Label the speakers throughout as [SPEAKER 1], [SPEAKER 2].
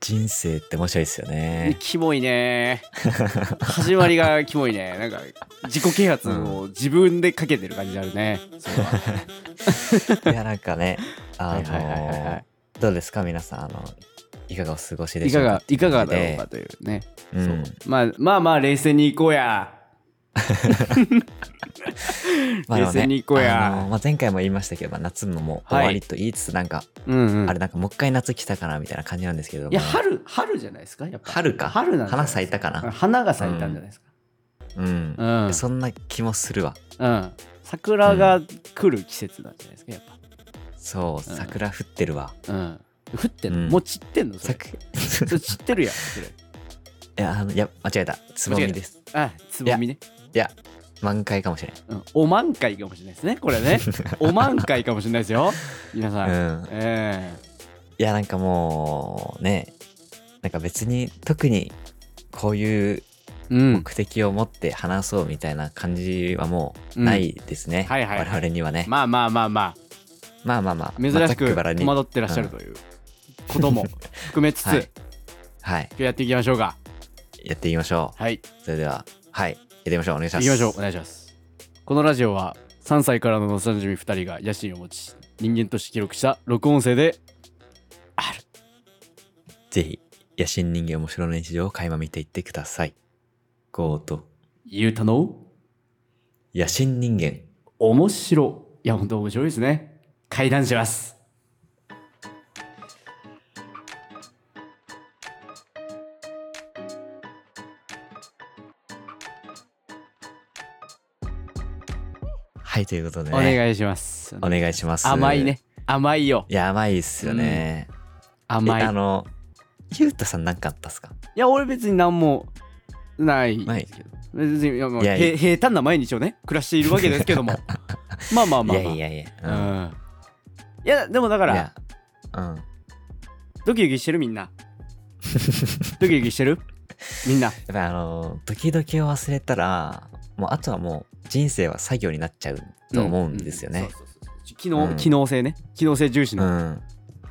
[SPEAKER 1] 人生って面白いですよ ね。
[SPEAKER 2] キモいね始まりがキモいねなんか自己啓発を自分でかけてる感じあるね、それはい
[SPEAKER 1] や、なんかね、あの
[SPEAKER 2] はいはいはいはいはい
[SPEAKER 1] どうですか、皆さん、あの、いかがお過ごしで
[SPEAKER 2] い
[SPEAKER 1] しょ
[SPEAKER 2] か
[SPEAKER 1] うか
[SPEAKER 2] がいかが
[SPEAKER 1] って
[SPEAKER 2] だろ
[SPEAKER 1] いう
[SPEAKER 2] か
[SPEAKER 1] こと
[SPEAKER 2] いうね
[SPEAKER 1] とでうん
[SPEAKER 2] まあまあまあ冷静に行こうや
[SPEAKER 1] まあでもね
[SPEAKER 2] 冷静に行こうや
[SPEAKER 1] あのまあ、前回も言いましたけど、まあ、夏ももう終わりと言いつつ、なんか、
[SPEAKER 2] うんうん
[SPEAKER 1] あれなんかもう一回夏来たかなみたいな感じなんですけども
[SPEAKER 2] いや春春じゃないですかやっぱ
[SPEAKER 1] 春か
[SPEAKER 2] 春なんじゃない
[SPEAKER 1] 花咲いたかな
[SPEAKER 2] 花が咲いたんじゃないですか
[SPEAKER 1] うん
[SPEAKER 2] う、ん、うん
[SPEAKER 1] そんな気もするわ
[SPEAKER 2] 桜が来る季節なんじゃないですかやっ
[SPEAKER 1] そう
[SPEAKER 2] うん
[SPEAKER 1] 桜降ってるわ、
[SPEAKER 2] ぱうん降ってんの、
[SPEAKER 1] うん
[SPEAKER 2] もう散ってんのそれ
[SPEAKER 1] 桜
[SPEAKER 2] それ散ってるやんそれ
[SPEAKER 1] いやあのいや間違えたつぼみです
[SPEAKER 2] あつぼみね
[SPEAKER 1] いや満開かもしれん
[SPEAKER 2] うん、お満開かもしれないですね、こ れね。お満開かもしれないですよ、皆さん。
[SPEAKER 1] うん
[SPEAKER 2] え
[SPEAKER 1] いやなんかもうねなんか別に特にこういう
[SPEAKER 2] えうん。
[SPEAKER 1] 目的を持って話そうみたいな感じはもうないですね、
[SPEAKER 2] んはいはいはい
[SPEAKER 1] 我々にはね、
[SPEAKER 2] まあまあまあま
[SPEAKER 1] まあまあまあ
[SPEAKER 2] あ、珍
[SPEAKER 1] まあざ
[SPEAKER 2] し
[SPEAKER 1] っく
[SPEAKER 2] く
[SPEAKER 1] ばらん
[SPEAKER 2] 戸
[SPEAKER 1] に
[SPEAKER 2] 惑ってらっしゃるということも含めつつ、
[SPEAKER 1] は
[SPEAKER 2] 今
[SPEAKER 1] いはい
[SPEAKER 2] 日やっていきましょうか。
[SPEAKER 1] やっていきましょう
[SPEAKER 2] はい、行
[SPEAKER 1] それでははいやってみましょうお願いします
[SPEAKER 2] きましょう、お願いします。このラジオは3歳からの幼馴染2人が野心を持ち、人間として記録した録音声で、
[SPEAKER 1] ぜひ野心人間面白の日常を垣間見ていってくださいゴート
[SPEAKER 2] ゆうたの
[SPEAKER 1] 野心人間
[SPEAKER 2] 面白、いや、本当面白いですね。会談します。
[SPEAKER 1] はいということで、
[SPEAKER 2] お
[SPEAKER 1] ね、
[SPEAKER 2] 願いします。
[SPEAKER 1] お願いします
[SPEAKER 2] 甘いね。甘いよ。
[SPEAKER 1] いや甘いっすよね、
[SPEAKER 2] 甘い。
[SPEAKER 1] えあのゆうたさん何かあったっすか
[SPEAKER 2] いや俺別に何もない
[SPEAKER 1] ない
[SPEAKER 2] 別にいやもう
[SPEAKER 1] いやいや
[SPEAKER 2] へ平坦な毎日をね暮らしているわけですけども まあまあまあ、まあ、
[SPEAKER 1] いやいやいや、
[SPEAKER 2] う
[SPEAKER 1] うん
[SPEAKER 2] んいやでもだか
[SPEAKER 1] い
[SPEAKER 2] ら
[SPEAKER 1] やうん
[SPEAKER 2] ドキドキしてるみ んなドキドキしてるみんな
[SPEAKER 1] やっぱりあのドキドキを忘れたらもうあとはもう人生は作業になっちゃう と思うんですよね
[SPEAKER 2] そうそうそう機能、
[SPEAKER 1] うん
[SPEAKER 2] 機能性ね機能性重視
[SPEAKER 1] う
[SPEAKER 2] の
[SPEAKER 1] ん、うん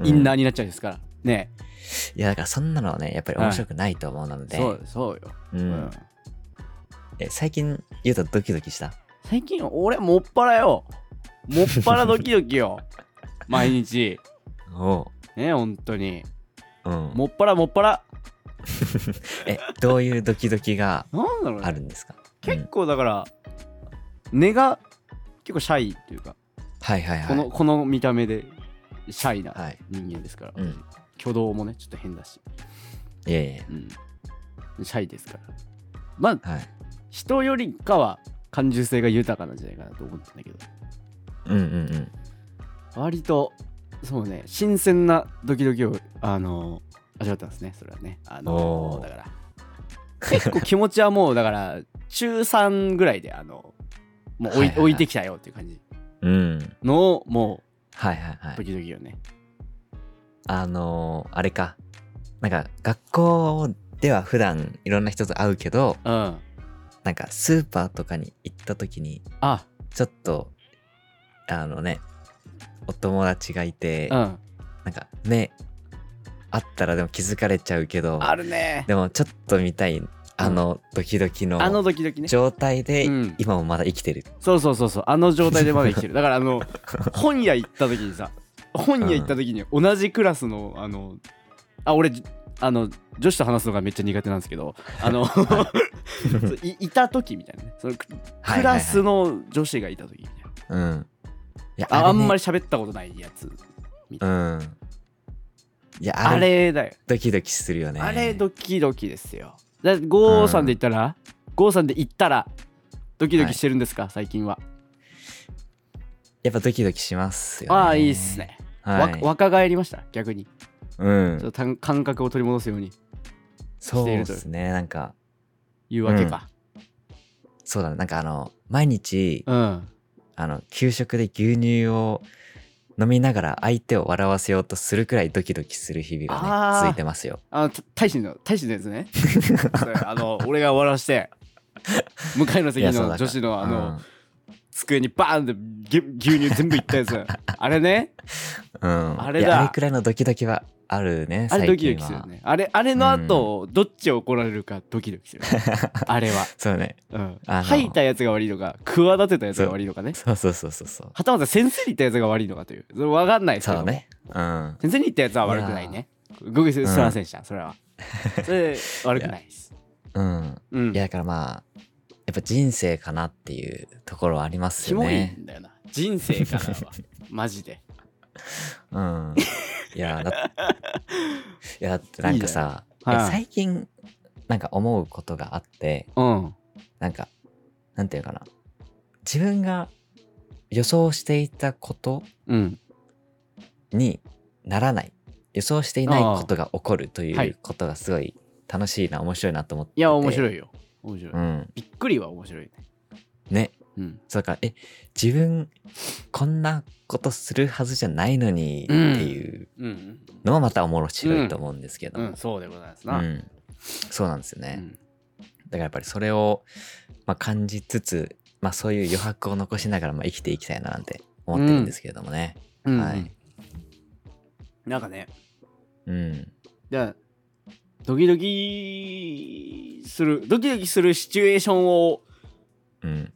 [SPEAKER 2] インナーになっちゃうんですから、ね
[SPEAKER 1] いやだからそんなのはねやっぱり面白くないと思うので、
[SPEAKER 2] そうそうよ、
[SPEAKER 1] う
[SPEAKER 2] うん
[SPEAKER 1] ん、え最近ゆうたドキドキした
[SPEAKER 2] 最近俺もっぱらよもっぱらドキド キよ毎日
[SPEAKER 1] お
[SPEAKER 2] ね本当に
[SPEAKER 1] う、うん、
[SPEAKER 2] もっぱらもっぱら
[SPEAKER 1] えどういうドキドキが
[SPEAKER 2] なんだろうね
[SPEAKER 1] あるんですかう
[SPEAKER 2] 結
[SPEAKER 1] ん
[SPEAKER 2] 構だから、根が結構シャイというか、
[SPEAKER 1] はいはいはい
[SPEAKER 2] このこの見た目でシャイな
[SPEAKER 1] はい
[SPEAKER 2] 人間ですから、
[SPEAKER 1] うん
[SPEAKER 2] 挙動もねちょっと変だし、
[SPEAKER 1] いやいや
[SPEAKER 2] うん、シャイですからまあ
[SPEAKER 1] はい
[SPEAKER 2] 人よりかは感受性が豊かなんじゃないかなと思ってんだけど
[SPEAKER 1] うんうん
[SPEAKER 2] 割とそうね新鮮なドキドキをあの味わったんですねそれはねあの
[SPEAKER 1] おー
[SPEAKER 2] だから結構気持ちはもうだから中3ぐらいであのもう置い,、
[SPEAKER 1] はいはいはい
[SPEAKER 2] 置いてきたよっていう感じ
[SPEAKER 1] うんうん
[SPEAKER 2] のをもう
[SPEAKER 1] はいはいは
[SPEAKER 2] ド
[SPEAKER 1] い
[SPEAKER 2] キドキよね。
[SPEAKER 1] あのーあれかなんか学校では普段いろんな人と会うけど
[SPEAKER 2] うん。
[SPEAKER 1] なんかスーパーとかに行った時に
[SPEAKER 2] あ、
[SPEAKER 1] ちょっとあのねお友達がいて、
[SPEAKER 2] うん。
[SPEAKER 1] なんか目あったらでも気づかれちゃうけど
[SPEAKER 2] あるね。
[SPEAKER 1] でもちょっと見たいあのドキドキ
[SPEAKER 2] あの
[SPEAKER 1] の
[SPEAKER 2] ドキドキね。
[SPEAKER 1] 状態で
[SPEAKER 2] うん
[SPEAKER 1] 今もまだ生きてる、
[SPEAKER 2] そうそうそうそう。あの状態でまだ生き てる。だからあの本屋行った時にさ、本屋行った時に同じクラスのあのあ俺じあの女子と話すのがめっちゃ苦手なんですけど、あのそういいた時みたいなね。そのク
[SPEAKER 1] はい
[SPEAKER 2] ク
[SPEAKER 1] はいはい
[SPEAKER 2] ラスの女子がいた時みたいな。
[SPEAKER 1] うんいや
[SPEAKER 2] ああ
[SPEAKER 1] れね
[SPEAKER 2] んまり喋ったことないやつ。
[SPEAKER 1] うんいやあ
[SPEAKER 2] あ
[SPEAKER 1] れ
[SPEAKER 2] れだよ。
[SPEAKER 1] ドキドキするよね
[SPEAKER 2] あれドキドキですよ。だゴーさんで言ったら、ゴーさんで言ったらドキドキしてるんですか、最近は。
[SPEAKER 1] やっぱドキドキしますよね
[SPEAKER 2] ああいいっすね、
[SPEAKER 1] は
[SPEAKER 2] わ
[SPEAKER 1] い
[SPEAKER 2] 若返りました逆にち
[SPEAKER 1] う
[SPEAKER 2] ょっ
[SPEAKER 1] ん
[SPEAKER 2] とたん感覚を取り戻すように
[SPEAKER 1] そう
[SPEAKER 2] ている
[SPEAKER 1] で
[SPEAKER 2] という
[SPEAKER 1] すねなんか
[SPEAKER 2] 言うわけか
[SPEAKER 1] そうだねなんかあの毎日
[SPEAKER 2] うん、
[SPEAKER 1] あの給食で牛乳を飲みながら相手を笑わせようとするくらいドキドキする日々が
[SPEAKER 2] あー
[SPEAKER 1] ね続いてますよ
[SPEAKER 2] あのた大使の大使のやつ ねそれあの俺が終わらして向かいの
[SPEAKER 1] い
[SPEAKER 2] 席
[SPEAKER 1] やそう
[SPEAKER 2] の
[SPEAKER 1] だから
[SPEAKER 2] 女子のあ
[SPEAKER 1] う
[SPEAKER 2] の
[SPEAKER 1] ん
[SPEAKER 2] 机にバ ーンってぎ牛乳全部いったやつあれね
[SPEAKER 1] うん、
[SPEAKER 2] あれ
[SPEAKER 1] いや
[SPEAKER 2] だ
[SPEAKER 1] あれくらいのドキドキはあるね
[SPEAKER 2] あれ
[SPEAKER 1] 最
[SPEAKER 2] ドキ
[SPEAKER 1] 近
[SPEAKER 2] ドキするよ
[SPEAKER 1] は、
[SPEAKER 2] ねあれあれの後、どっちを怒られるかドキド キするあれは、
[SPEAKER 1] そうね
[SPEAKER 2] うん、
[SPEAKER 1] あの
[SPEAKER 2] 吐いたやつが悪いのか企てたやつが悪いのかね
[SPEAKER 1] そうそうそうそうそう
[SPEAKER 2] はたまた先生に言ったやつが悪いのかというそれ分かんないですけ
[SPEAKER 1] そ
[SPEAKER 2] ど
[SPEAKER 1] うねうん
[SPEAKER 2] 先生に言ったやつは悪くないねごくすすらせんでした、それはそれ悪くな いです
[SPEAKER 1] うん
[SPEAKER 2] うん
[SPEAKER 1] いやだからまあやっぱ人生かなっていうところはあります
[SPEAKER 2] キ
[SPEAKER 1] よ
[SPEAKER 2] モい
[SPEAKER 1] ね
[SPEAKER 2] んだよな人生から はマジで
[SPEAKER 1] うんいや だいやだってなんかさ
[SPEAKER 2] いいねはい
[SPEAKER 1] いや最近なんか思うことがあって
[SPEAKER 2] うん
[SPEAKER 1] なんかなんていうかな自分が予想していたこと
[SPEAKER 2] うん
[SPEAKER 1] にならない予想していないことが起こるとい
[SPEAKER 2] あーはいう
[SPEAKER 1] ことがすごい楽しいな面白いなと思って
[SPEAKER 2] いや面白
[SPEAKER 1] い、
[SPEAKER 2] いよ面白い、
[SPEAKER 1] うん、
[SPEAKER 2] びっくりは面白いね
[SPEAKER 1] ね
[SPEAKER 2] うん
[SPEAKER 1] そうかえ自分こんなことするはずじゃないのにって
[SPEAKER 2] うん
[SPEAKER 1] いう
[SPEAKER 2] うん
[SPEAKER 1] のはまた面白いと思うんですけど、
[SPEAKER 2] うん、うん、そうでございます
[SPEAKER 1] う
[SPEAKER 2] な、
[SPEAKER 1] んそうなんですよね、
[SPEAKER 2] うん
[SPEAKER 1] だからやっぱりそれを、まあ、感じつつ、まあ、そういう余白を残しながらまあ生きていきたいななんて思ってるんですけれどもね、
[SPEAKER 2] うん
[SPEAKER 1] はい
[SPEAKER 2] なんかね
[SPEAKER 1] うん、
[SPEAKER 2] じゃドキドキするドキドキするシチュエーションを
[SPEAKER 1] うん、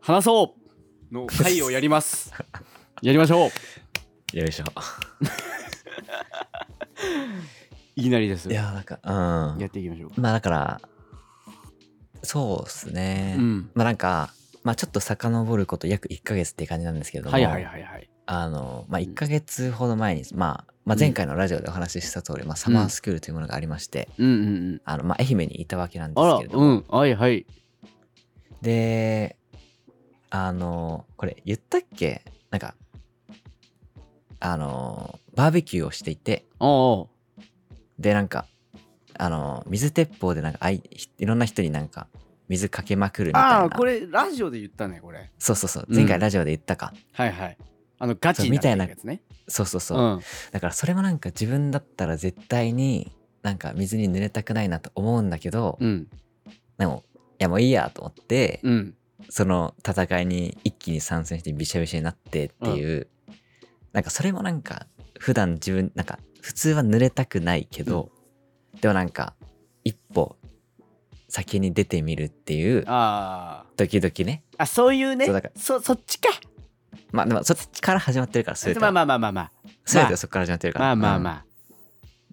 [SPEAKER 2] 話そうの回をやります やりましょう
[SPEAKER 1] よいしょ
[SPEAKER 2] いきなりです
[SPEAKER 1] いやなんかうん
[SPEAKER 2] やっていきましょう
[SPEAKER 1] まあだから、そうっすね。
[SPEAKER 2] うん
[SPEAKER 1] まあなんか、まあちょっと遡ること約1ヶ月っていう感じなんですけれども、
[SPEAKER 2] はいはいはいはい
[SPEAKER 1] あの、まあ
[SPEAKER 2] うん
[SPEAKER 1] 1ヶ月ほど前に、まあ、まあ、前回のラジオでお話しした通り、まあサマースクールというものがありまして、
[SPEAKER 2] うんうん
[SPEAKER 1] あの、まあ愛媛にいたわけなんで
[SPEAKER 2] うん
[SPEAKER 1] す
[SPEAKER 2] あ
[SPEAKER 1] けれ
[SPEAKER 2] ら
[SPEAKER 1] ど
[SPEAKER 2] う
[SPEAKER 1] も、
[SPEAKER 2] んはいはい
[SPEAKER 1] で、あの、これ言ったっけなんか、あの、バーベキューをしていて、
[SPEAKER 2] おうおう
[SPEAKER 1] でなんかあの水鉄砲でなんかあいいろんな人になんか水かけまくるみたいな
[SPEAKER 2] ああこれラジオで言ったねこれ
[SPEAKER 1] そうそうそう
[SPEAKER 2] うん
[SPEAKER 1] 前回ラジオで言ったか、
[SPEAKER 2] はいはいあのガチにってるやつね
[SPEAKER 1] そうそうそうう、
[SPEAKER 2] ん
[SPEAKER 1] だからそれもなんか自分だったら絶対になんか水に濡れたくないなと思うんだけど、
[SPEAKER 2] うん
[SPEAKER 1] でもいやもういいやと思って、
[SPEAKER 2] うん
[SPEAKER 1] その戦いに一気に参戦してびしゃびしゃになってっていう、なんかそれもなんか普段自分なんか普通は濡れたくないけど、でもなんか一歩先に出てみるっていう
[SPEAKER 2] あー
[SPEAKER 1] 時々ね
[SPEAKER 2] あそういうね
[SPEAKER 1] そうだから
[SPEAKER 2] そそっちか
[SPEAKER 1] まあでもそっちから始まってるから全て
[SPEAKER 2] ま
[SPEAKER 1] は
[SPEAKER 2] あまあまあまあまあ
[SPEAKER 1] 全てはそっから始まってるから
[SPEAKER 2] まあまあ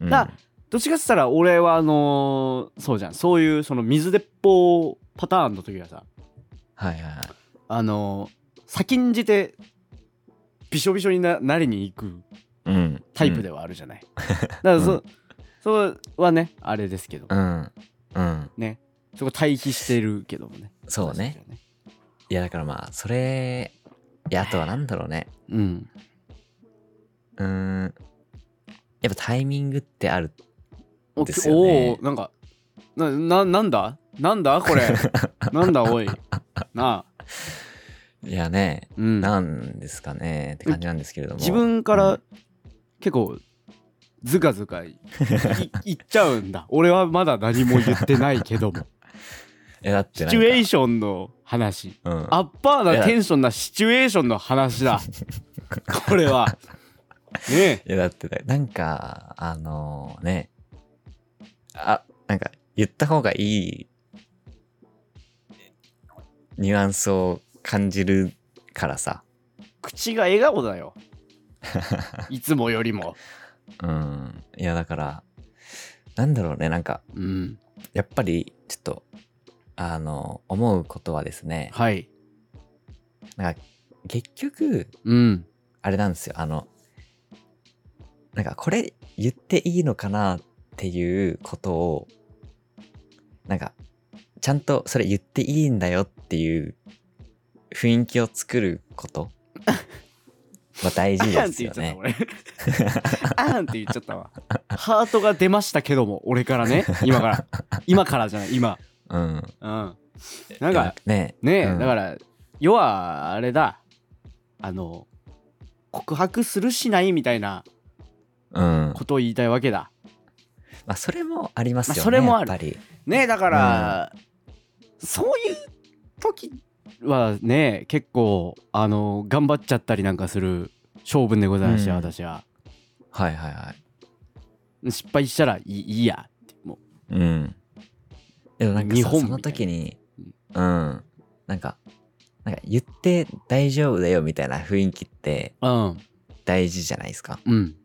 [SPEAKER 2] ま
[SPEAKER 1] あ
[SPEAKER 2] あだどっちかっつったら俺はあのーそうじゃんそういうその水鉄砲パターンの時はさ
[SPEAKER 1] はいはいはい
[SPEAKER 2] あのー先んじてびしょびしょにななりに行く
[SPEAKER 1] うん
[SPEAKER 2] タイプではあるじゃない、だからそ,、
[SPEAKER 1] う
[SPEAKER 2] それはねあれですけど、
[SPEAKER 1] うんうん
[SPEAKER 2] ねそこ対比してるけどもね
[SPEAKER 1] そうねいやだからまあそれいやあとはなんだろうね
[SPEAKER 2] うん
[SPEAKER 1] うーんやっぱタイミングってある
[SPEAKER 2] お
[SPEAKER 1] ですよね
[SPEAKER 2] おーなんかなななんだなんだ これなんだおいなあ、
[SPEAKER 1] いやね
[SPEAKER 2] うん、
[SPEAKER 1] なんですかねって感じなんですけれども
[SPEAKER 2] 自分か
[SPEAKER 1] う
[SPEAKER 2] ら
[SPEAKER 1] ん
[SPEAKER 2] 結構ずかずかいい言っちゃうんだ俺はまだ何も言ってない けども
[SPEAKER 1] えだって
[SPEAKER 2] シ
[SPEAKER 1] なんか
[SPEAKER 2] チュエーションの話
[SPEAKER 1] うん
[SPEAKER 2] アッパー
[SPEAKER 1] い
[SPEAKER 2] な
[SPEAKER 1] や
[SPEAKER 2] テンションなシチュエーションの話 だこれはね
[SPEAKER 1] いやだってねなんかあのねあなんか言った方がいいニュアンスを感じるからさ
[SPEAKER 2] え口が笑顔 だよいつもよりも
[SPEAKER 1] うんいやだからなんだろうねなんか
[SPEAKER 2] うん
[SPEAKER 1] やっぱりちょっとあの思うことはですね
[SPEAKER 2] はい
[SPEAKER 1] なんか結局
[SPEAKER 2] うん
[SPEAKER 1] あれなんですよあのなんかこれ言っていいのかなっていうことをなんかちゃんとそれ言っていいんだよっていう雰囲気を作る ことは大事
[SPEAKER 2] あー
[SPEAKER 1] で
[SPEAKER 2] んっ
[SPEAKER 1] す
[SPEAKER 2] て
[SPEAKER 1] よ
[SPEAKER 2] 言っちゃった
[SPEAKER 1] ね。
[SPEAKER 2] 俺あーんって言っちゃったわハートが出ましたけども俺からね 今から今からじゃない今
[SPEAKER 1] うん、
[SPEAKER 2] うんなん
[SPEAKER 1] い
[SPEAKER 2] か
[SPEAKER 1] やね
[SPEAKER 2] ねえ、
[SPEAKER 1] うん
[SPEAKER 2] だから要はあれだあの告白するしないみたいな
[SPEAKER 1] うんま
[SPEAKER 2] ことを言いたいわけだ
[SPEAKER 1] あ、それもありますよね、
[SPEAKER 2] まあそれもある
[SPEAKER 1] やっぱり。
[SPEAKER 2] ねえだから、そういう時はね結構あの頑張っちゃったりなんかする性分でございまして、
[SPEAKER 1] うん
[SPEAKER 2] 私は
[SPEAKER 1] はいはいはい。
[SPEAKER 2] 失敗したらいいいいやっても
[SPEAKER 1] うん。でもなんか
[SPEAKER 2] 日
[SPEAKER 1] さ
[SPEAKER 2] 本
[SPEAKER 1] その
[SPEAKER 2] みたいな
[SPEAKER 1] 時に、うん。なんか、なんか言って大丈夫だよみたいな雰囲気って
[SPEAKER 2] ううん
[SPEAKER 1] 大事じゃないですか。
[SPEAKER 2] うん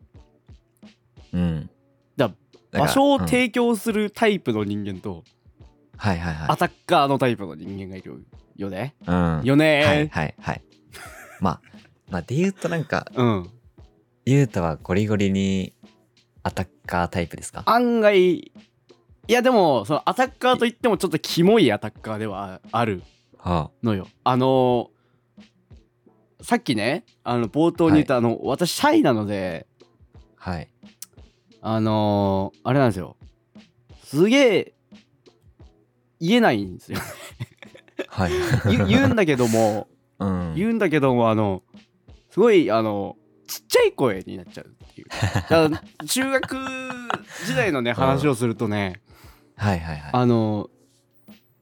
[SPEAKER 1] うん。
[SPEAKER 2] だか
[SPEAKER 1] だから
[SPEAKER 2] 場所を
[SPEAKER 1] うん
[SPEAKER 2] 提供するタイプの人間と、
[SPEAKER 1] はいはいはい
[SPEAKER 2] ア。タッカーのタイプの人間がいるよね
[SPEAKER 1] うん。
[SPEAKER 2] よね
[SPEAKER 1] はいはいはい。まあ、まあで言うとなんか、
[SPEAKER 2] うん
[SPEAKER 1] ゆうたはゴリゴリにアタッカータイプですか
[SPEAKER 2] 案外いやでもそのアタッカーといってもちょっとキモいアタッカーではある
[SPEAKER 1] は
[SPEAKER 2] のよあのーさっきねあの冒頭に言った、あの私シャイなので
[SPEAKER 1] あ、はい。
[SPEAKER 2] あのーあれなんですよすげえ言えないんですよ
[SPEAKER 1] はい。
[SPEAKER 2] 言う言うんだけども
[SPEAKER 1] うん。
[SPEAKER 2] 言うんだけどもあのすごいあのちっちゃい声になっちゃうっていうだから中学時代のね話をするとね、
[SPEAKER 1] はいはいはい。
[SPEAKER 2] あの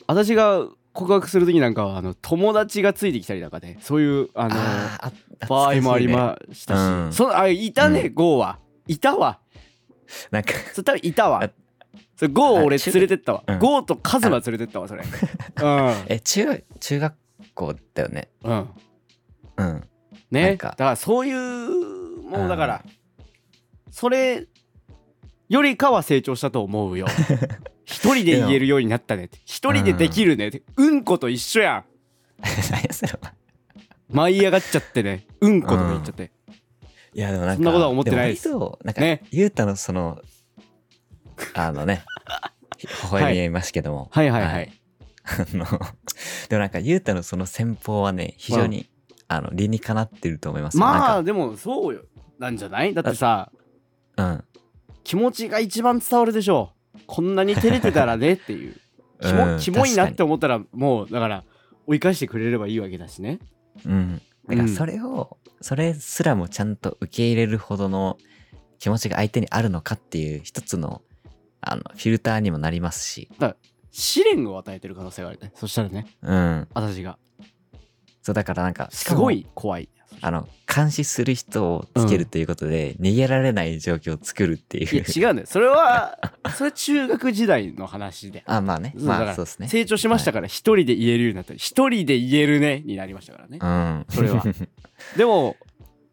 [SPEAKER 2] 私が告白する時なんかはあの友達がついてきたりなんかねそういうあの
[SPEAKER 1] あーあ懐
[SPEAKER 2] 場
[SPEAKER 1] かしいね
[SPEAKER 2] 合もありましたし、
[SPEAKER 1] うん
[SPEAKER 2] そのあいたね、
[SPEAKER 1] う
[SPEAKER 2] ゴーはいたわ
[SPEAKER 1] なんか、
[SPEAKER 2] それ多分いたわ
[SPEAKER 1] あ
[SPEAKER 2] それゴーを俺
[SPEAKER 1] あ中
[SPEAKER 2] 連れてったわ、
[SPEAKER 1] うん
[SPEAKER 2] ゴーとカズマ連れてったわそれう
[SPEAKER 1] え、中、中学校だよね。
[SPEAKER 2] ん、う
[SPEAKER 1] う
[SPEAKER 2] ん、
[SPEAKER 1] ん。な
[SPEAKER 2] ね
[SPEAKER 1] ん
[SPEAKER 2] だ
[SPEAKER 1] か
[SPEAKER 2] からそういうもうだから、それよりかは成長したと思 うよ一人で言えるようになったねって一人でできるねってうんこと一緒やん
[SPEAKER 1] 何やそれは
[SPEAKER 2] 舞い上がっちゃってねうんことか言っちゃって、
[SPEAKER 1] いやでもなんか
[SPEAKER 2] そんなことは思ってないです
[SPEAKER 1] も割となんか、
[SPEAKER 2] ね
[SPEAKER 1] ゆうたのそのあのね微笑み合いますけども、
[SPEAKER 2] はいはいはい、
[SPEAKER 1] はいあの でもなんかゆうたのその戦法はね非常に、あの理にかなってると思いますよ
[SPEAKER 2] ま
[SPEAKER 1] な
[SPEAKER 2] あ
[SPEAKER 1] ん
[SPEAKER 2] でもそうよなんじゃないだってさ
[SPEAKER 1] か、
[SPEAKER 2] 気持ちが一番伝わるでしょうこんなに照れてたらねっていうキモ,、
[SPEAKER 1] うん
[SPEAKER 2] キモいなって
[SPEAKER 1] 確
[SPEAKER 2] 思ったらもうだから追い返してくれればいいわけだしね
[SPEAKER 1] うんうんだから
[SPEAKER 2] うん
[SPEAKER 1] それを、それすらもちゃんと受け入れるほどの気持ちが相手にあるのかっていう一つのあのフィルターにもなりますし
[SPEAKER 2] 試練を与えてる可能性があるねそしたらね
[SPEAKER 1] うん
[SPEAKER 2] 私が
[SPEAKER 1] そうだからなんかしか
[SPEAKER 2] す
[SPEAKER 1] も
[SPEAKER 2] ごい怖い
[SPEAKER 1] あの監視する人をつけるということで、逃げられない状況を作るって
[SPEAKER 2] い
[SPEAKER 1] いう
[SPEAKER 2] や違うんだよそれはそれ中学時代の話で
[SPEAKER 1] あまあね
[SPEAKER 2] そうだか
[SPEAKER 1] ま
[SPEAKER 2] ら
[SPEAKER 1] あそうですね
[SPEAKER 2] 成長しましたから一人で言えるようになったり一人で言えるねになりましたからね
[SPEAKER 1] うん
[SPEAKER 2] それはでも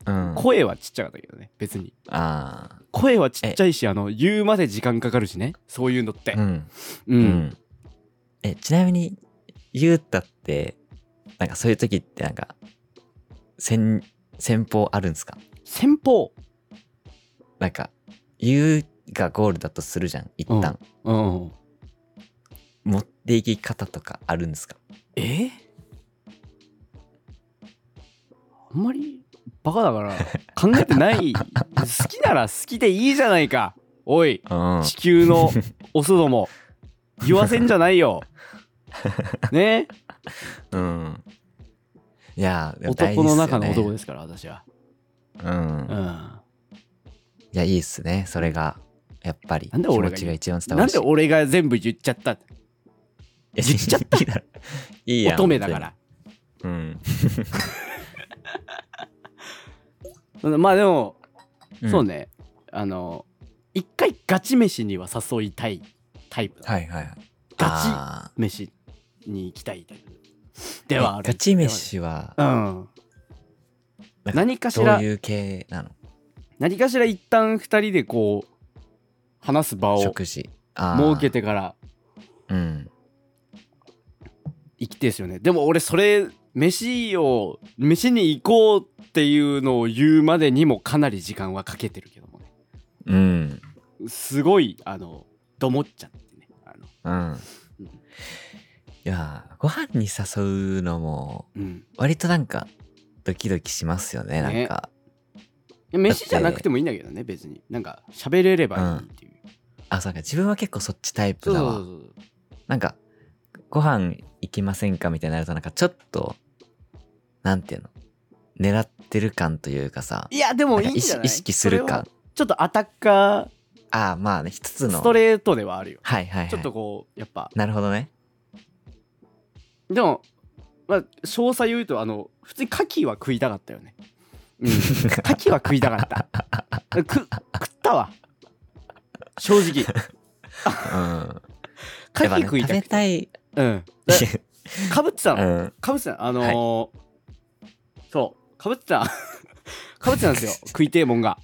[SPEAKER 1] うんあ
[SPEAKER 2] 声はちっちゃかったけどね別に
[SPEAKER 1] あ
[SPEAKER 2] 声はちっちゃいしあの言うまで時間かかるしねそういうのって
[SPEAKER 1] ーうん
[SPEAKER 2] う
[SPEAKER 1] うんんえちなみにゆうたってなんかそういう時ってなんか戦戦法あるんですか
[SPEAKER 2] 先方
[SPEAKER 1] なんかゆうがゴールだとするじゃん一旦、
[SPEAKER 2] うん
[SPEAKER 1] 持っていき方とかあるんですか
[SPEAKER 2] えあんまりバカだから 考えてない好きなら好きでいいじゃないかおい
[SPEAKER 1] うん
[SPEAKER 2] 地球のオス ども言わせんじゃないよね
[SPEAKER 1] うんいやーでも大事
[SPEAKER 2] 男
[SPEAKER 1] っすよ
[SPEAKER 2] の
[SPEAKER 1] ね
[SPEAKER 2] 中の男ですから私は
[SPEAKER 1] うん
[SPEAKER 2] うん
[SPEAKER 1] いや、いいっすね、それが。やっぱり。
[SPEAKER 2] なんで俺が
[SPEAKER 1] 気持ちが一番伝わ
[SPEAKER 2] なん
[SPEAKER 1] るし。
[SPEAKER 2] で俺が全部言っちゃった
[SPEAKER 1] いや言っちゃっていいだろ。いいやん
[SPEAKER 2] 乙女だから。
[SPEAKER 1] 本
[SPEAKER 2] うんまあでも
[SPEAKER 1] 当にうん。
[SPEAKER 2] そう
[SPEAKER 1] ね。
[SPEAKER 2] ねあの一回ガチ飯には誘いたいタイプだ
[SPEAKER 1] はいはいはい。
[SPEAKER 2] ガ
[SPEAKER 1] あ
[SPEAKER 2] チ飯に行きたいタイプ
[SPEAKER 1] ー
[SPEAKER 2] ではあ
[SPEAKER 1] え
[SPEAKER 2] る
[SPEAKER 1] ガチ飯は
[SPEAKER 2] で、はあるう
[SPEAKER 1] なんんか
[SPEAKER 2] 何かし
[SPEAKER 1] どう
[SPEAKER 2] ら
[SPEAKER 1] いう系なの
[SPEAKER 2] 何かしら一旦二人でこう話す場を設
[SPEAKER 1] 食事。あー
[SPEAKER 2] け。てから
[SPEAKER 1] うん。
[SPEAKER 2] 行きてえですよねでも俺それ飯を飯に行こうっていうのを言うまでにもかなり時間はかけてるけどもね
[SPEAKER 1] うん。
[SPEAKER 2] すごいあのどもっちゃってねあの
[SPEAKER 1] うん。いやー、ご飯に誘うのも、
[SPEAKER 2] うん
[SPEAKER 1] 割となんか、ドキドキしますよね、
[SPEAKER 2] ね
[SPEAKER 1] なんか。
[SPEAKER 2] 飯じゃなくてもいいんだけどね別になんか喋れればいいっていう、
[SPEAKER 1] あ、そうか、自分は結構そっちタイプだわ。
[SPEAKER 2] そうそう
[SPEAKER 1] なんか、ご飯行きませんかみたいになると、なんかちょっと、なんていうの狙ってる感というかさ、
[SPEAKER 2] いやでもい
[SPEAKER 1] ないんか
[SPEAKER 2] ん
[SPEAKER 1] 意
[SPEAKER 2] じゃ
[SPEAKER 1] 識
[SPEAKER 2] ない
[SPEAKER 1] 意識する
[SPEAKER 2] それは
[SPEAKER 1] 感。
[SPEAKER 2] ちょっとアタッカ
[SPEAKER 1] ああ、まあね、一つ
[SPEAKER 2] ー
[SPEAKER 1] の。
[SPEAKER 2] ストレートではあるよ、
[SPEAKER 1] はいはいはい。
[SPEAKER 2] ちょっとこうやっぱ
[SPEAKER 1] なるほどね。
[SPEAKER 2] でもまあ詳細を言うとあの普通に牡蠣は食いたかったよね うん牡蠣は食いたかったく食ったわ 正直
[SPEAKER 1] うん。や
[SPEAKER 2] 牡
[SPEAKER 1] っぱ
[SPEAKER 2] 蠣
[SPEAKER 1] ね
[SPEAKER 2] 食いた
[SPEAKER 1] 食べ
[SPEAKER 2] くて
[SPEAKER 1] たい。
[SPEAKER 2] うんだかぶって た
[SPEAKER 1] う
[SPEAKER 2] の
[SPEAKER 1] ん。
[SPEAKER 2] かぶってたのあのーそうかぶってた かぶってたんですよ食いてえもんが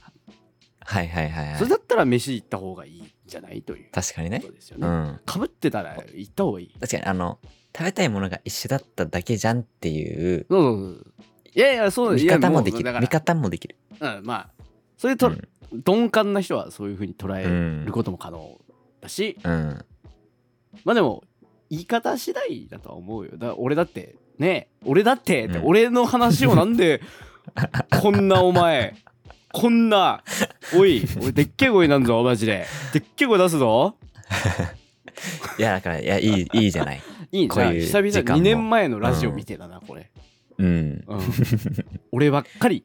[SPEAKER 1] はいはいはいは
[SPEAKER 2] それ
[SPEAKER 1] い。
[SPEAKER 2] だったら飯行った方がいいんじゃないという
[SPEAKER 1] 確かにね
[SPEAKER 2] こ。とですよ
[SPEAKER 1] う
[SPEAKER 2] ね
[SPEAKER 1] ん。
[SPEAKER 2] かぶってたら行った方がいい
[SPEAKER 1] 確かにあの、食べたいものが一緒だっただけじゃんっていう、
[SPEAKER 2] そうそうそういやいやそう
[SPEAKER 1] 見方もでき
[SPEAKER 2] いや
[SPEAKER 1] る。
[SPEAKER 2] う
[SPEAKER 1] 見
[SPEAKER 2] だか
[SPEAKER 1] 方もできる。
[SPEAKER 2] らうんまあそういう
[SPEAKER 1] う
[SPEAKER 2] と
[SPEAKER 1] ん。
[SPEAKER 2] 鈍感な人はそういう風に捉
[SPEAKER 1] う
[SPEAKER 2] え
[SPEAKER 1] ん
[SPEAKER 2] る。ことも可能だし
[SPEAKER 1] うん。
[SPEAKER 2] まあでも言い方次第だとは思うよだから俺だってね俺だってって、
[SPEAKER 1] うん
[SPEAKER 2] 俺の話をなん でこんなお前こんなおい俺でっけえ声なんぞマジででっけえ声出すぞ
[SPEAKER 1] いや、だから、いや、いい、いいじゃない。
[SPEAKER 2] いいな
[SPEAKER 1] こういう
[SPEAKER 2] 久々
[SPEAKER 1] 時間も
[SPEAKER 2] 2年前のラジオ見てたな、これ、
[SPEAKER 1] うん。
[SPEAKER 2] うん、俺ばっかり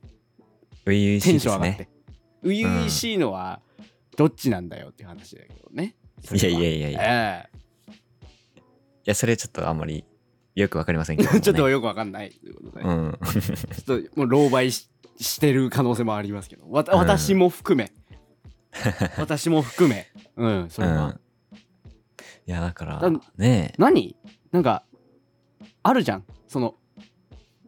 [SPEAKER 1] 初々
[SPEAKER 2] テ
[SPEAKER 1] しい
[SPEAKER 2] ン
[SPEAKER 1] で
[SPEAKER 2] ション
[SPEAKER 1] す
[SPEAKER 2] 上がって
[SPEAKER 1] ね。
[SPEAKER 2] 初々、しいのはどっちなんだよっていう話だけどね
[SPEAKER 1] いやいや
[SPEAKER 2] や
[SPEAKER 1] いやいや。
[SPEAKER 2] ええ
[SPEAKER 1] いや、それちょっとあんまりよくわかりませんけど、ね。
[SPEAKER 2] ちょっとよくわかんないということで、
[SPEAKER 1] うん。
[SPEAKER 2] ちょっともう狼狽ししてる可能性もありますけどわた
[SPEAKER 1] うん
[SPEAKER 2] 私も 含め、私も含めうんそれは、
[SPEAKER 1] うん。いや、だから
[SPEAKER 2] だん、
[SPEAKER 1] ねえ。
[SPEAKER 2] 何なんかあるじゃんその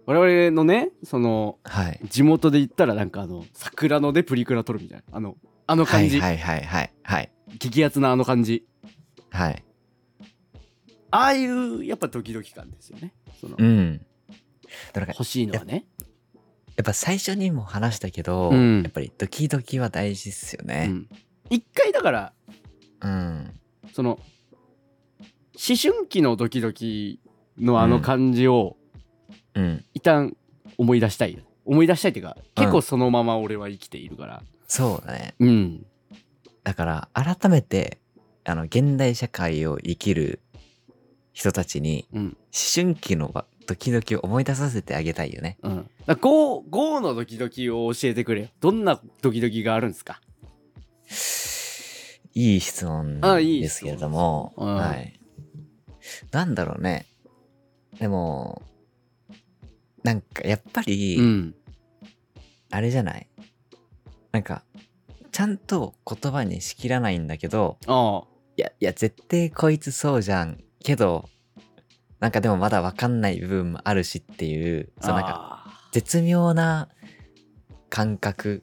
[SPEAKER 2] 我々のねその
[SPEAKER 1] はい。
[SPEAKER 2] 地元で言ったらなんかあの桜のでプリクラ撮るみたいなあのあの
[SPEAKER 1] は
[SPEAKER 2] 感
[SPEAKER 1] い
[SPEAKER 2] じ、
[SPEAKER 1] はいはいはい。はい。
[SPEAKER 2] 激アツなあの感じ
[SPEAKER 1] はい。
[SPEAKER 2] ああいうやっぱドキドキ感ですよねその、
[SPEAKER 1] うん。だから、や
[SPEAKER 2] 欲しいのはね
[SPEAKER 1] っぱ最初にも話したけど、
[SPEAKER 2] うん
[SPEAKER 1] やっぱりドキドキは大事っすよ
[SPEAKER 2] う
[SPEAKER 1] ね。
[SPEAKER 2] ん一回だから
[SPEAKER 1] うん。
[SPEAKER 2] その思春期のドキドキのあの感じを、
[SPEAKER 1] うん。
[SPEAKER 2] 一旦思い出したい思い出したいっていうか結構そのまま俺は生きているから
[SPEAKER 1] そうだね。
[SPEAKER 2] うん
[SPEAKER 1] だから、改めて、あの、現代社会を生きる人たちに、
[SPEAKER 2] うん
[SPEAKER 1] 思春期のドキドキを思い出させてあげたいよね。
[SPEAKER 2] うんだからゴーゴーのドキドキを教えてくれよどんなドキドキがあるんですか
[SPEAKER 1] いい質問
[SPEAKER 2] あいい
[SPEAKER 1] ですけれども、
[SPEAKER 2] 質問ですうん
[SPEAKER 1] はい。なんだろうね。でも、なんかやっぱり、
[SPEAKER 2] うん
[SPEAKER 1] あれじゃないなんか、ちゃんと言葉にしきらないんだけど、
[SPEAKER 2] ああ
[SPEAKER 1] いや、いや、絶対こいつそうじゃん。けど、なんかでもまだわかんない部分もあるしっていう、そうなんか、
[SPEAKER 2] か
[SPEAKER 1] 絶妙な感覚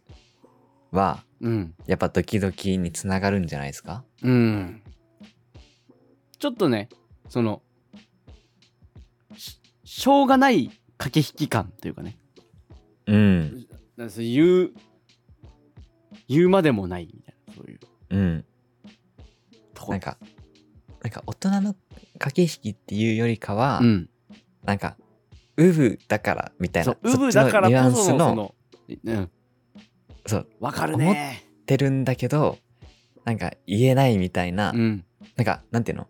[SPEAKER 1] は、
[SPEAKER 2] うん
[SPEAKER 1] やっぱドキドキにつながるんじゃないですか
[SPEAKER 2] うんちょっとねそのししょうがない駆け引き感というかね
[SPEAKER 1] うん。
[SPEAKER 2] なんかそう言う言うまでもないみたいなそういう
[SPEAKER 1] うん。
[SPEAKER 2] とこ
[SPEAKER 1] なんか、なんか大人の駆け引きっていうよりかは、
[SPEAKER 2] うん
[SPEAKER 1] なんか、ウブだからみたいな。
[SPEAKER 2] そう
[SPEAKER 1] そ
[SPEAKER 2] ウ
[SPEAKER 1] っ
[SPEAKER 2] ブ
[SPEAKER 1] ちの
[SPEAKER 2] だから
[SPEAKER 1] ニュアン
[SPEAKER 2] こ
[SPEAKER 1] ス
[SPEAKER 2] そのそ
[SPEAKER 1] の、
[SPEAKER 2] のうん
[SPEAKER 1] そう、
[SPEAKER 2] わかるね
[SPEAKER 1] ってるんだけど、なんか言えないみたいな、
[SPEAKER 2] うん
[SPEAKER 1] なんか、なんていうの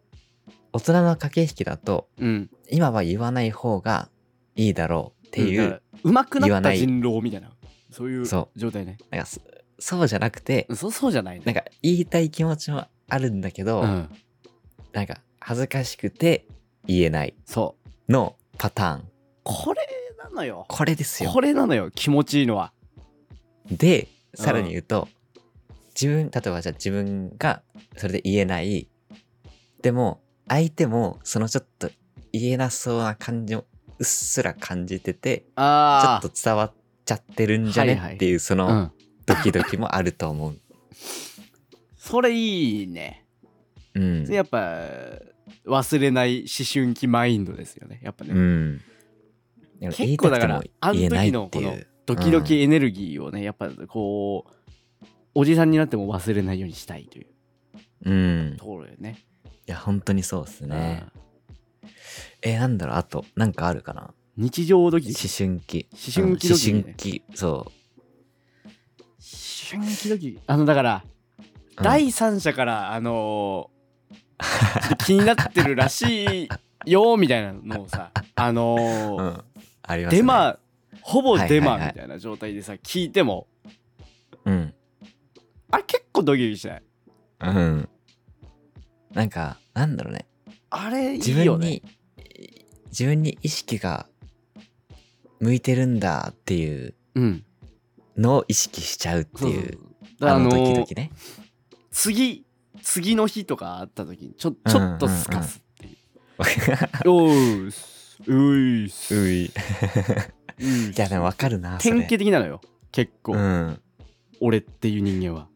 [SPEAKER 1] 大人の駆け引きだと、
[SPEAKER 2] うん
[SPEAKER 1] 今は言わない方がいいだろうっていう、
[SPEAKER 2] うまく
[SPEAKER 1] 言
[SPEAKER 2] な
[SPEAKER 1] わ
[SPEAKER 2] っ
[SPEAKER 1] な
[SPEAKER 2] た
[SPEAKER 1] い
[SPEAKER 2] 人狼みたいなそういう
[SPEAKER 1] そ
[SPEAKER 2] 状態ね
[SPEAKER 1] なんかそ、そうじゃなくて、
[SPEAKER 2] そうそうじゃないね
[SPEAKER 1] なんか言いたい気持ちもあるんだけど、
[SPEAKER 2] うん
[SPEAKER 1] なんか恥ずかしくて言えない
[SPEAKER 2] そう
[SPEAKER 1] のパターン。
[SPEAKER 2] これなのよ
[SPEAKER 1] これですよ。
[SPEAKER 2] これなのよ気持ちいいのは
[SPEAKER 1] でさらに言うと、自分例えばじゃあ自分がそれで言えないでも相手もそのちょっと言えなそうな感じをうっすら感じててちょ
[SPEAKER 2] あ
[SPEAKER 1] っ
[SPEAKER 2] あ
[SPEAKER 1] と伝わっちゃってるんじゃね
[SPEAKER 2] はいはい
[SPEAKER 1] っていうその
[SPEAKER 2] うん
[SPEAKER 1] ドキドキもあると思う。
[SPEAKER 2] それいいね
[SPEAKER 1] うん
[SPEAKER 2] やっぱ忘れない思春期マインドですよねやっぱ
[SPEAKER 1] う
[SPEAKER 2] ね
[SPEAKER 1] ん、でも言
[SPEAKER 2] 結
[SPEAKER 1] いた
[SPEAKER 2] 構だ
[SPEAKER 1] くて
[SPEAKER 2] から
[SPEAKER 1] も
[SPEAKER 2] あの
[SPEAKER 1] 言えない
[SPEAKER 2] 時の
[SPEAKER 1] って
[SPEAKER 2] こ
[SPEAKER 1] い
[SPEAKER 2] の
[SPEAKER 1] う。
[SPEAKER 2] ドキドキエネルギーをねやっぱこうおじさんになっても忘れないようにしたいという
[SPEAKER 1] うん
[SPEAKER 2] と、ころだよね
[SPEAKER 1] いや本当にそうですね
[SPEAKER 2] うん。
[SPEAKER 1] えーなんだろうあとなんかあるかな
[SPEAKER 2] 日常ドキド
[SPEAKER 1] 思
[SPEAKER 2] キ
[SPEAKER 1] 春期
[SPEAKER 2] 思春期ドキ
[SPEAKER 1] うん
[SPEAKER 2] ね
[SPEAKER 1] 思春期そ
[SPEAKER 2] 思春期ドキあのだから、
[SPEAKER 1] うん
[SPEAKER 2] 第三者からあのーちょっと気になってるらしいよみたいなのを さあの
[SPEAKER 1] う、
[SPEAKER 2] ー
[SPEAKER 1] うん、ありますね
[SPEAKER 2] デマほぼデ
[SPEAKER 1] はいは
[SPEAKER 2] マ
[SPEAKER 1] いはい
[SPEAKER 2] みたいな状態でさ聞いても
[SPEAKER 1] うん。
[SPEAKER 2] あれ結構ドキドキしない
[SPEAKER 1] うん。なんか、なんだろうね。
[SPEAKER 2] あれい
[SPEAKER 1] 自
[SPEAKER 2] いよ
[SPEAKER 1] 分
[SPEAKER 2] ね
[SPEAKER 1] に、自分に意識が向いてるんだっていう
[SPEAKER 2] うん
[SPEAKER 1] のを意識しちゃうっていう、
[SPEAKER 2] だから
[SPEAKER 1] あ
[SPEAKER 2] あの
[SPEAKER 1] の
[SPEAKER 2] ー
[SPEAKER 1] 時々ね。
[SPEAKER 2] 次次の日とかあった時にちょちょっとすかすっていう。おうっすういうす
[SPEAKER 1] い。いや、でもわかるな。それ
[SPEAKER 2] 典型的なのよ結構、
[SPEAKER 1] うん。
[SPEAKER 2] 俺っていう 人間は。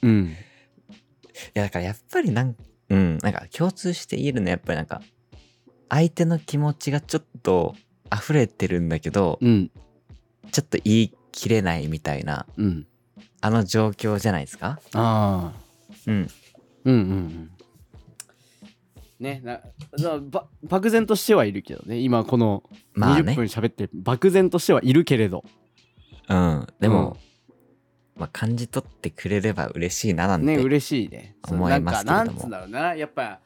[SPEAKER 2] うん、
[SPEAKER 1] いや、だからやっぱりなん、うん、なんか共通して言えるのはやっぱりなんか、相手の気持ちがちょっと溢れてるんだけど、
[SPEAKER 2] うん、
[SPEAKER 1] ちょっと言い切れないみたいな、
[SPEAKER 2] うん。
[SPEAKER 1] あの状況じゃないですか
[SPEAKER 2] ああ。
[SPEAKER 1] うん。
[SPEAKER 2] うんうんうん。ねななば漠然としてはいるけどね今この
[SPEAKER 1] まあ
[SPEAKER 2] 20
[SPEAKER 1] ね
[SPEAKER 2] 分。喋って漠然としてはいるけれど、
[SPEAKER 1] うん。でも、まあ感じ取ってくれれば嬉しいななん
[SPEAKER 2] ね
[SPEAKER 1] て。
[SPEAKER 2] 嬉しいねそう
[SPEAKER 1] 思いますけれども
[SPEAKER 2] なんかなんつうんだろうなやっぱ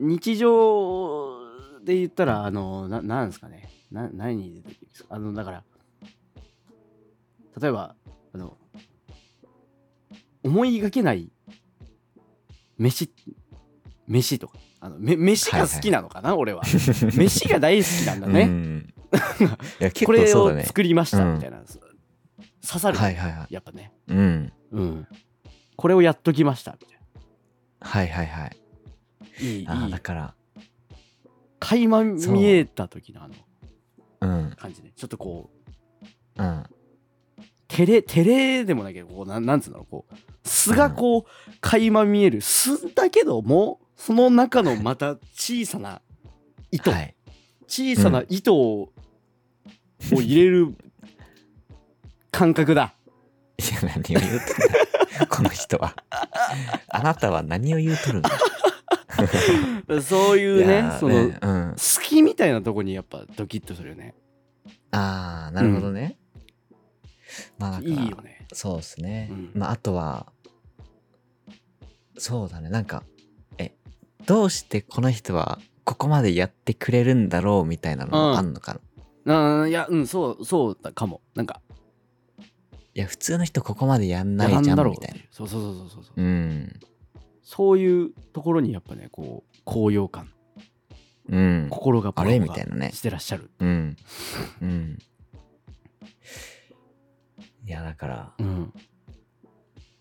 [SPEAKER 2] 日常で言ったらあのななんですかねな何に出てくるんですかあのだから例えばあの思いがけない飯飯とかあのめ飯が好きなのかな、俺は飯が大好きなんだ
[SPEAKER 1] う
[SPEAKER 2] ね、
[SPEAKER 1] ん。いや、結構
[SPEAKER 2] これ
[SPEAKER 1] そうだ
[SPEAKER 2] を
[SPEAKER 1] ね。
[SPEAKER 2] 作りました
[SPEAKER 1] うん
[SPEAKER 2] みたいな、刺さる、
[SPEAKER 1] はいはいはい。
[SPEAKER 2] やっぱね
[SPEAKER 1] うん。
[SPEAKER 2] うんこれをやっときましたみたいな
[SPEAKER 1] はいはいはい。
[SPEAKER 2] いいいい
[SPEAKER 1] ああ、だから、
[SPEAKER 2] 垣間見えた時のあの
[SPEAKER 1] うん。
[SPEAKER 2] 感じねちょっとこ
[SPEAKER 1] う
[SPEAKER 2] う
[SPEAKER 1] ん。
[SPEAKER 2] 照れ照れでもないけどこうなんなんつうんだろうこう素がこう垣間見える素だけどもその中のまた小さな糸、
[SPEAKER 1] はい。
[SPEAKER 2] 小さな糸を,、 入れる感覚だ
[SPEAKER 1] いや、何を言うとんだ。この人は。あなたは何を言うとるんだ。
[SPEAKER 2] そういう
[SPEAKER 1] い
[SPEAKER 2] ね
[SPEAKER 1] やー
[SPEAKER 2] その
[SPEAKER 1] ねうん。
[SPEAKER 2] 好きみたいなとこにやっぱドキッとするよね
[SPEAKER 1] ああ、なるほどね。まあ、だ
[SPEAKER 2] い
[SPEAKER 1] か
[SPEAKER 2] い
[SPEAKER 1] ら
[SPEAKER 2] よね
[SPEAKER 1] そうですね。
[SPEAKER 2] うん
[SPEAKER 1] まあ、あとは、そうだね。なんか、え、どうしてこの人はここまでやってくれるんだろうみたいなの
[SPEAKER 2] うん
[SPEAKER 1] もあんのかな。
[SPEAKER 2] うんいやうんそうそうだかもなんか
[SPEAKER 1] いや、普通の人ここまでやんない
[SPEAKER 2] や
[SPEAKER 1] じゃ
[SPEAKER 2] だ
[SPEAKER 1] ん
[SPEAKER 2] ろう
[SPEAKER 1] みたいな。
[SPEAKER 2] そうそうそうそうそうそう
[SPEAKER 1] うん。
[SPEAKER 2] そういうところにやっぱねこう高揚感
[SPEAKER 1] うん。
[SPEAKER 2] 心がポカポカ
[SPEAKER 1] あれみたいなね
[SPEAKER 2] してらっしゃる、
[SPEAKER 1] うん。うん。いや、だから、
[SPEAKER 2] うん、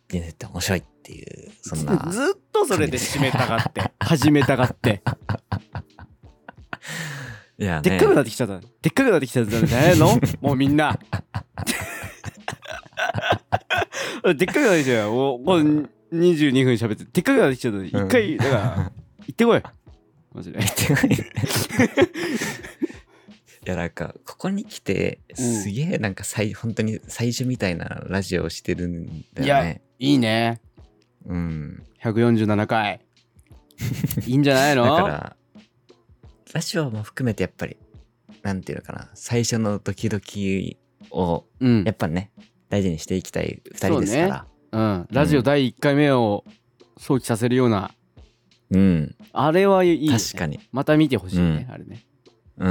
[SPEAKER 1] 人生って面白いっていう、そん
[SPEAKER 2] ず
[SPEAKER 1] な。
[SPEAKER 2] ずっとそれで締めたがって始めたが って
[SPEAKER 1] いやね
[SPEAKER 2] でっかくなってきちゃった、でっかくなってきちゃったんじゃないの もうみんなでっかくなってきちゃうもうもう22分喋ってでっかくなってきちゃった一回だから行ってこいマジ で
[SPEAKER 1] いやなんかここに来て
[SPEAKER 2] うん
[SPEAKER 1] すげえなんか最本当に最初みたいなラジオをしてるんだよね。
[SPEAKER 2] いいね
[SPEAKER 1] うん、
[SPEAKER 2] 147回いいんじゃない
[SPEAKER 1] だ
[SPEAKER 2] の
[SPEAKER 1] からラジオも含めてやっぱりなんていうのかな最初のドキドキを
[SPEAKER 2] うん
[SPEAKER 1] やっぱね大事にしていきたい2人ですから。
[SPEAKER 2] うん、ラジオ第1回目を想起させるような、
[SPEAKER 1] うん、
[SPEAKER 2] あれはいい、ね、
[SPEAKER 1] 確かに。
[SPEAKER 2] また見てほしいね、
[SPEAKER 1] う
[SPEAKER 2] あれね
[SPEAKER 1] う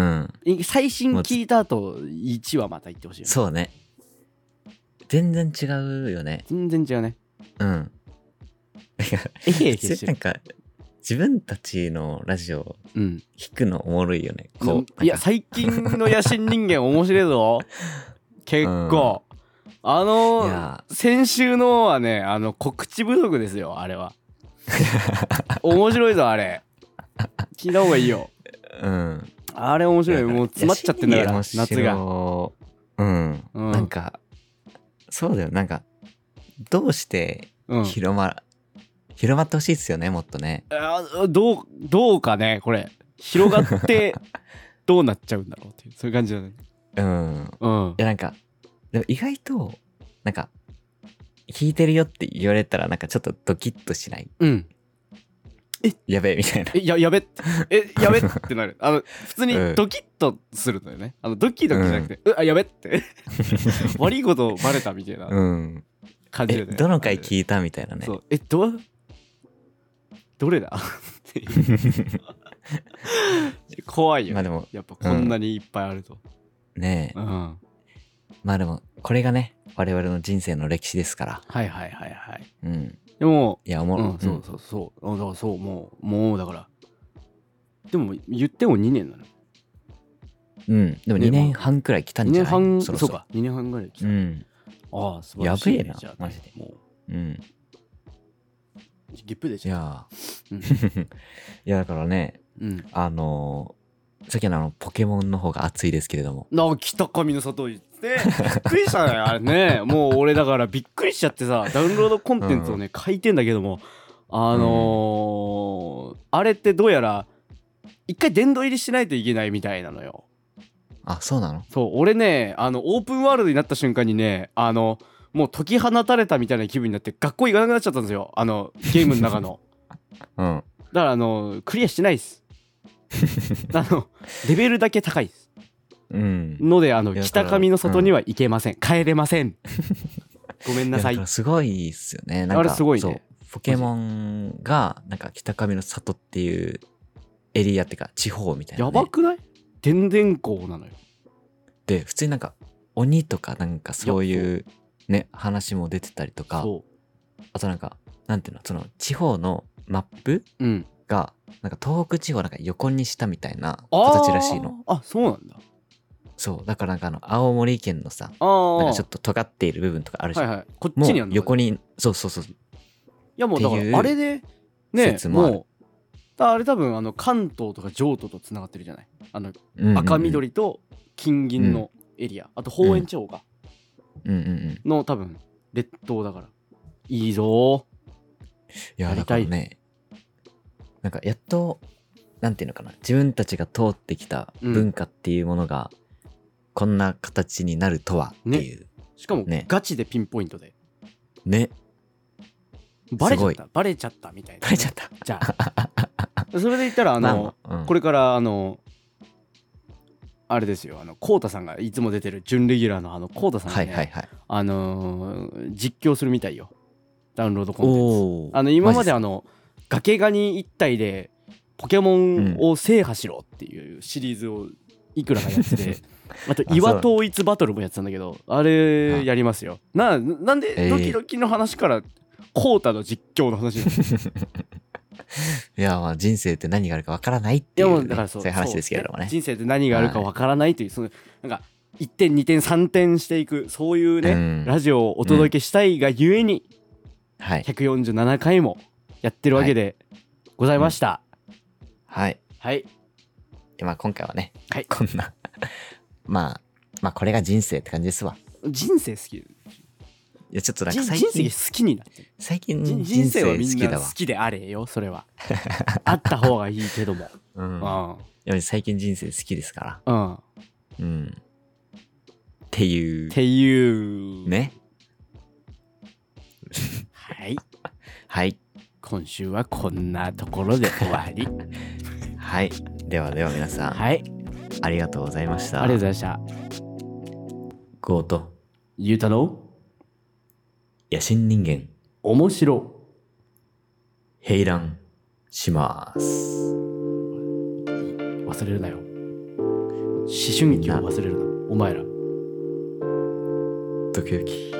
[SPEAKER 1] ん、
[SPEAKER 2] い最新聞いた後1話また行ってほしいよね
[SPEAKER 1] そうね。全然違うよね。
[SPEAKER 2] 全然違うね
[SPEAKER 1] うん。
[SPEAKER 2] えへへ
[SPEAKER 1] 普
[SPEAKER 2] し
[SPEAKER 1] 通
[SPEAKER 2] て
[SPEAKER 1] なん
[SPEAKER 2] る
[SPEAKER 1] か自分たちのラジオ
[SPEAKER 2] うん
[SPEAKER 1] 聞くのおもろいよね。こう。
[SPEAKER 2] いや
[SPEAKER 1] なんか
[SPEAKER 2] 最近の野心人間面白い ぞ結構、あ
[SPEAKER 1] い
[SPEAKER 2] の
[SPEAKER 1] や
[SPEAKER 2] 先週のはねあの告知不足ですよあれは面白いぞあれ聞いた方がいいよ
[SPEAKER 1] うん。
[SPEAKER 2] あれ面白いもう詰まっちゃってんだから
[SPEAKER 1] いや
[SPEAKER 2] 夏が。
[SPEAKER 1] うん。
[SPEAKER 2] うん
[SPEAKER 1] なんか、そうだよ。なんか、どうして
[SPEAKER 2] うん
[SPEAKER 1] 広ま、広まってほしいですよね、もっとね。
[SPEAKER 2] あどうどうかねこれ広がって どうなっちゃうんだろうっていうそういう感じだね
[SPEAKER 1] うん。
[SPEAKER 2] うん
[SPEAKER 1] いや、なんか、でも意外と、なんか、聞いてるよって言われたら、なんかちょっとドキッとしない。
[SPEAKER 2] うん
[SPEAKER 1] やべえ、みたいな。
[SPEAKER 2] えややべってえやべってなるあの普通に
[SPEAKER 1] うん
[SPEAKER 2] ドキッとするのよねあのドキドキじゃなくて、うあやべって 悪いことバレたみたいな
[SPEAKER 1] うん。
[SPEAKER 2] 感じだ
[SPEAKER 1] え、
[SPEAKER 2] よね
[SPEAKER 1] どの回聞いたみたいなね
[SPEAKER 2] そ。うえどどれだ っていう怖いよ、
[SPEAKER 1] まあでも、
[SPEAKER 2] やっぱこんなにいっぱいあると、
[SPEAKER 1] ね
[SPEAKER 2] うん
[SPEAKER 1] え。まあでも、これがね、我々の人生の歴史ですから。
[SPEAKER 2] はいはいはいはい
[SPEAKER 1] うん。
[SPEAKER 2] でも
[SPEAKER 1] いや、おも
[SPEAKER 2] う
[SPEAKER 1] ろ
[SPEAKER 2] ん、そうそうそう、あだからそうもうもうだからでも言っても2年なの
[SPEAKER 1] うん。でも2年半くらい来た
[SPEAKER 2] 2
[SPEAKER 1] んじゃ
[SPEAKER 2] 年
[SPEAKER 1] ない
[SPEAKER 2] 半
[SPEAKER 1] そろ
[SPEAKER 2] そ
[SPEAKER 1] そうろ
[SPEAKER 2] か2年半ぐらい来
[SPEAKER 1] う
[SPEAKER 2] た、
[SPEAKER 1] ん。
[SPEAKER 2] ああ素晴らしい、ね、
[SPEAKER 1] やべえな
[SPEAKER 2] じゃあ
[SPEAKER 1] マジで
[SPEAKER 2] も
[SPEAKER 1] うん。
[SPEAKER 2] ゲップ出
[SPEAKER 1] い
[SPEAKER 2] ちゃう。
[SPEAKER 1] や
[SPEAKER 2] うん
[SPEAKER 1] ーいやだからね
[SPEAKER 2] うん。
[SPEAKER 1] あのー、さっきのあのポケモンの方が熱いですけれども
[SPEAKER 2] な北上の里 行ってびっくりしたねあれねもう俺だからびっくりしちゃってさダウンロードコンテンツをね書いてんだけどもあのーあれってどうやら一回殿堂入りしないといけないみたいなのよ
[SPEAKER 1] あそうなの
[SPEAKER 2] そう俺ねあのオープンワールドになった瞬間にねあのもう解き放たれたみたいな気分になって学校行かなくなっちゃったんですよあのゲームの中の
[SPEAKER 1] うん
[SPEAKER 2] だからあのクリアしてないです あのレベルだけ高いです
[SPEAKER 1] うん
[SPEAKER 2] のであの
[SPEAKER 1] いやだか
[SPEAKER 2] 北
[SPEAKER 1] ら
[SPEAKER 2] 上の里には行けません、帰れませ んごめんなさ
[SPEAKER 1] いやだ
[SPEAKER 2] い
[SPEAKER 1] からすごいっすよねなんか
[SPEAKER 2] あれすごいね
[SPEAKER 1] そうポケモンがなんか北上の里っていうエリアっていうか地方みたいな、ね、
[SPEAKER 2] やばくない電電校なのよ
[SPEAKER 1] で普通になんか鬼とかなんかそういうね話も出てたりとか
[SPEAKER 2] そ
[SPEAKER 1] あとなんかなんていうのその地方のマップ
[SPEAKER 2] ううん
[SPEAKER 1] がなんか東北地方をなんか横にしたみたいな形らしいの
[SPEAKER 2] あーあそうなんだ
[SPEAKER 1] そうだからなんかあの青森県のさ
[SPEAKER 2] あ
[SPEAKER 1] なん
[SPEAKER 2] あ
[SPEAKER 1] かちょっと尖っている部分とかあるじゃ
[SPEAKER 2] は
[SPEAKER 1] ん、
[SPEAKER 2] いはいこっちに
[SPEAKER 1] も
[SPEAKER 2] ある
[SPEAKER 1] う
[SPEAKER 2] の
[SPEAKER 1] 横
[SPEAKER 2] に
[SPEAKER 1] にそうそうそう
[SPEAKER 2] いやもうだか
[SPEAKER 1] っていう
[SPEAKER 2] らあれでね
[SPEAKER 1] 説もある
[SPEAKER 2] もうだあれ多分あの関東とか上都とつながってるじゃないあの
[SPEAKER 1] うんうんうん
[SPEAKER 2] 赤緑と金銀のエリア、あと方円地方が、
[SPEAKER 1] うんうんうんい
[SPEAKER 2] の多分列島だからいいぞや
[SPEAKER 1] や
[SPEAKER 2] り
[SPEAKER 1] だ
[SPEAKER 2] た
[SPEAKER 1] か
[SPEAKER 2] い
[SPEAKER 1] らねなんかやっとなんていうのかな自分たちが通ってきた文化っていうものが、こんな形になるとはっていう
[SPEAKER 2] ーしかも
[SPEAKER 1] ね
[SPEAKER 2] ガチでピンポイントで
[SPEAKER 1] ね
[SPEAKER 2] バレちゃっ
[SPEAKER 1] す
[SPEAKER 2] たバレちゃったみたいな
[SPEAKER 1] バレちゃった
[SPEAKER 2] じゃあ それで言ったらあ
[SPEAKER 1] まあ
[SPEAKER 2] の、
[SPEAKER 1] まあうん
[SPEAKER 2] これからあのあれですよあのコウタさんがいつも出てる準レギュラーのあのコウタさんが、
[SPEAKER 1] は
[SPEAKER 2] ね
[SPEAKER 1] いはいはい
[SPEAKER 2] あのー実況するみたいよダウンロードコンテンツ
[SPEAKER 1] おー
[SPEAKER 2] あの今まで
[SPEAKER 1] マ
[SPEAKER 2] あの崖ガニ一体でポケモンを制覇しろっていうシリーズをいくらかやって て、あと
[SPEAKER 1] あ
[SPEAKER 2] 岩統一バトルもやってたんだけどあれやりますよななん
[SPEAKER 1] え
[SPEAKER 2] で
[SPEAKER 1] ー
[SPEAKER 2] ドキドキの話からコウタの実況の話になる
[SPEAKER 1] ジでいやまあ人生って何があるかわからないって
[SPEAKER 2] で
[SPEAKER 1] い
[SPEAKER 2] も
[SPEAKER 1] う,、
[SPEAKER 2] だからそう
[SPEAKER 1] そういう話ですけれどもね
[SPEAKER 2] 人生で何があるかわからないという、そのなんか1点2点3点していくそういうね、
[SPEAKER 1] うん
[SPEAKER 2] ラジオをお届けしたいがゆえに、
[SPEAKER 1] はい
[SPEAKER 2] 147回もやってるわけでございました、
[SPEAKER 1] はい
[SPEAKER 2] はい
[SPEAKER 1] でまあ今回はね、
[SPEAKER 2] はい
[SPEAKER 1] こんな まあまあこれが人生って感じですわ
[SPEAKER 2] 人生好き
[SPEAKER 1] いやちょっとなん
[SPEAKER 2] 人
[SPEAKER 1] か最
[SPEAKER 2] 人
[SPEAKER 1] 近
[SPEAKER 2] 生好きになってる
[SPEAKER 1] 最近人
[SPEAKER 2] 人人
[SPEAKER 1] 生
[SPEAKER 2] 生は
[SPEAKER 1] 好
[SPEAKER 2] みん
[SPEAKER 1] き
[SPEAKER 2] な
[SPEAKER 1] だわ
[SPEAKER 2] 好きであれよ それはあった方がいいけども
[SPEAKER 1] うん
[SPEAKER 2] う
[SPEAKER 1] いや最近人生好きですから
[SPEAKER 2] ん、うん、っ
[SPEAKER 1] うんっていう
[SPEAKER 2] ていう
[SPEAKER 1] ね
[SPEAKER 2] はい
[SPEAKER 1] はい
[SPEAKER 2] 今週はこんなところで終わり
[SPEAKER 1] はいではでは皆さん、
[SPEAKER 2] はい
[SPEAKER 1] ありがとうございまし
[SPEAKER 2] あ
[SPEAKER 1] た
[SPEAKER 2] りがとうございました
[SPEAKER 1] ゴート
[SPEAKER 2] ゆうたの
[SPEAKER 1] 野心人間
[SPEAKER 2] 面白
[SPEAKER 1] 平乱します
[SPEAKER 2] 忘れるなよ思春期を忘れるなお前ら
[SPEAKER 1] ドキドキ